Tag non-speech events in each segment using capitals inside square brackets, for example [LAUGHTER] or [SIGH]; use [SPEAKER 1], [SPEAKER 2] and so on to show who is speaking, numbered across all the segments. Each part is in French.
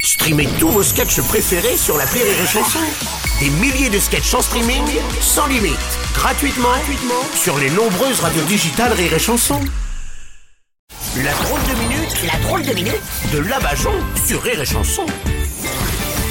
[SPEAKER 1] Streamez tous vos sketchs préférés sur la Rire et Chanson. Des milliers de sketchs en streaming, sans limite, gratuitement, gratuitement sur les nombreuses radios digitales Rire et Chanson. La drôle de minute, la drôle de minute de Labajon sur Rire et Chanson.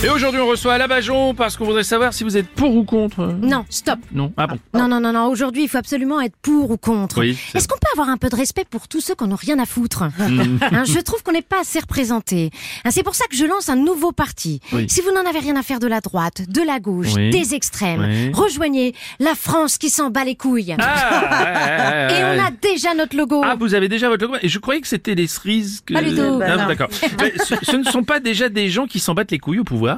[SPEAKER 2] Et aujourd'hui, on reçoit Labajon parce qu'on voudrait savoir si vous êtes pour ou contre. euh,
[SPEAKER 3] Non, stop.
[SPEAKER 2] Non. Ah bon.
[SPEAKER 3] Non, non, non, non. Aujourd'hui, il faut absolument être pour ou contre.
[SPEAKER 2] Oui, c'est
[SPEAKER 3] Est-ce qu'on peut avoir un peu de respect pour tous ceux qui n'ont rien
[SPEAKER 2] [LAUGHS]
[SPEAKER 3] à foutre
[SPEAKER 2] Hmm.
[SPEAKER 3] Hein, Je trouve qu'on n'est pas assez représentés. Hein, C'est pour ça que je lance un nouveau parti.
[SPEAKER 2] Oui.
[SPEAKER 3] Si vous n'en avez rien à faire de la droite, de la gauche,
[SPEAKER 2] Oui.
[SPEAKER 3] des extrêmes,
[SPEAKER 2] Oui.
[SPEAKER 3] rejoignez la France qui s'en bat les couilles.
[SPEAKER 2] Ah, ouais, ouais,
[SPEAKER 3] Et
[SPEAKER 2] ouais,
[SPEAKER 3] on a
[SPEAKER 2] ouais.
[SPEAKER 3] déjà notre logo.
[SPEAKER 2] Ah, vous avez déjà votre logo. Et je croyais que c'était les cerises. Que...
[SPEAKER 3] Pas du tout.
[SPEAKER 2] Ah,
[SPEAKER 3] Bah, non.
[SPEAKER 2] D'accord. Mais ce, ce ne sont pas déjà des gens qui s'en battent les couilles au pouvoir.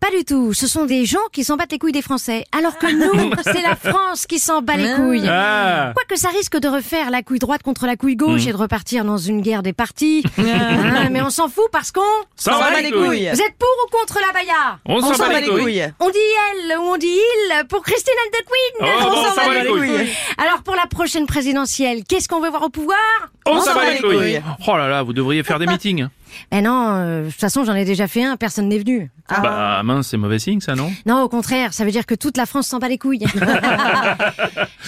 [SPEAKER 3] Pas du tout. Ce sont des gens qui s'en battent les couilles des Français. Alors que
[SPEAKER 2] [LAUGHS]
[SPEAKER 3] nous, c'est la France qui s'en bat les couilles.
[SPEAKER 2] Ah.
[SPEAKER 3] Quoique ça risque de refaire la couille droite contre la couille
[SPEAKER 2] Mm.
[SPEAKER 3] gauche et de repartir dans une guerre
[SPEAKER 2] [LAUGHS]
[SPEAKER 3] des partis. Hein, mais on s'en fout parce qu'on...
[SPEAKER 2] S'en bat les couilles.
[SPEAKER 3] Vous êtes pour ou contre la Baïa
[SPEAKER 2] On s'en bat les couilles.
[SPEAKER 3] On dit elle ou on dit il pour Christine and the Queen
[SPEAKER 2] Oh, on s'en bat les couilles.
[SPEAKER 3] Alors pour la prochaine présidentielle, qu'est-ce qu'on veut voir au pouvoir
[SPEAKER 2] On s'en bat les couilles. Oh là là, vous devriez faire des meetings.
[SPEAKER 3] Ben non, euh, de toute façon j'en ai déjà fait un, personne n'est venu.
[SPEAKER 2] Bah mince, c'est mauvais signe ça, non
[SPEAKER 3] Non, au contraire, ça veut dire que toute la France s'en bat
[SPEAKER 2] [LAUGHS]
[SPEAKER 3] les couilles.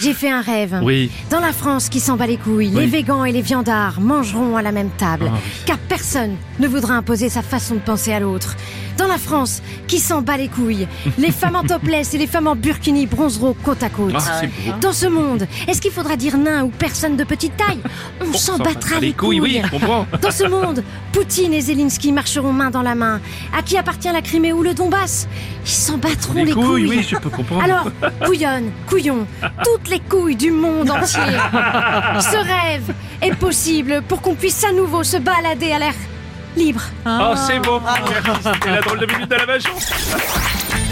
[SPEAKER 3] J'ai fait un rêve.
[SPEAKER 2] Oui.
[SPEAKER 3] Dans la France qui s'en bat les couilles,
[SPEAKER 2] Oui.
[SPEAKER 3] les végans et les viandards mangeront à la même table,
[SPEAKER 2] Ah, oui.
[SPEAKER 3] car personne ne voudra imposer sa façon de penser à l'autre. Dans la France qui s'en bat
[SPEAKER 2] [LAUGHS]
[SPEAKER 3] les couilles, les femmes en topless et les femmes en burkini bronzeront côte à côte.
[SPEAKER 2] Ah, c'est beau.
[SPEAKER 3] Dans ce monde, est-ce qu'il faudra dire nain ou personne de
[SPEAKER 2] [LAUGHS]
[SPEAKER 3] petite taille On
[SPEAKER 2] s'en
[SPEAKER 3] s'en battra
[SPEAKER 2] bat
[SPEAKER 3] les couilles.
[SPEAKER 2] Oui, je comprends. [LAUGHS]
[SPEAKER 3] Dans ce monde, Poutine et Zelensky marcheront main dans la main. À qui appartient la Crimée ou le Donbass Ils s'en battront les,
[SPEAKER 2] couilles, oui, je peux comprendre.
[SPEAKER 3] Alors, couillonne, couillon, toutes les couilles du monde entier. Ce rêve est possible pour qu'on puisse à nouveau se balader à l'air libre.
[SPEAKER 2] Ah. Oh, c'est beau. Merci, C'était la drôle de minute de la Labajon.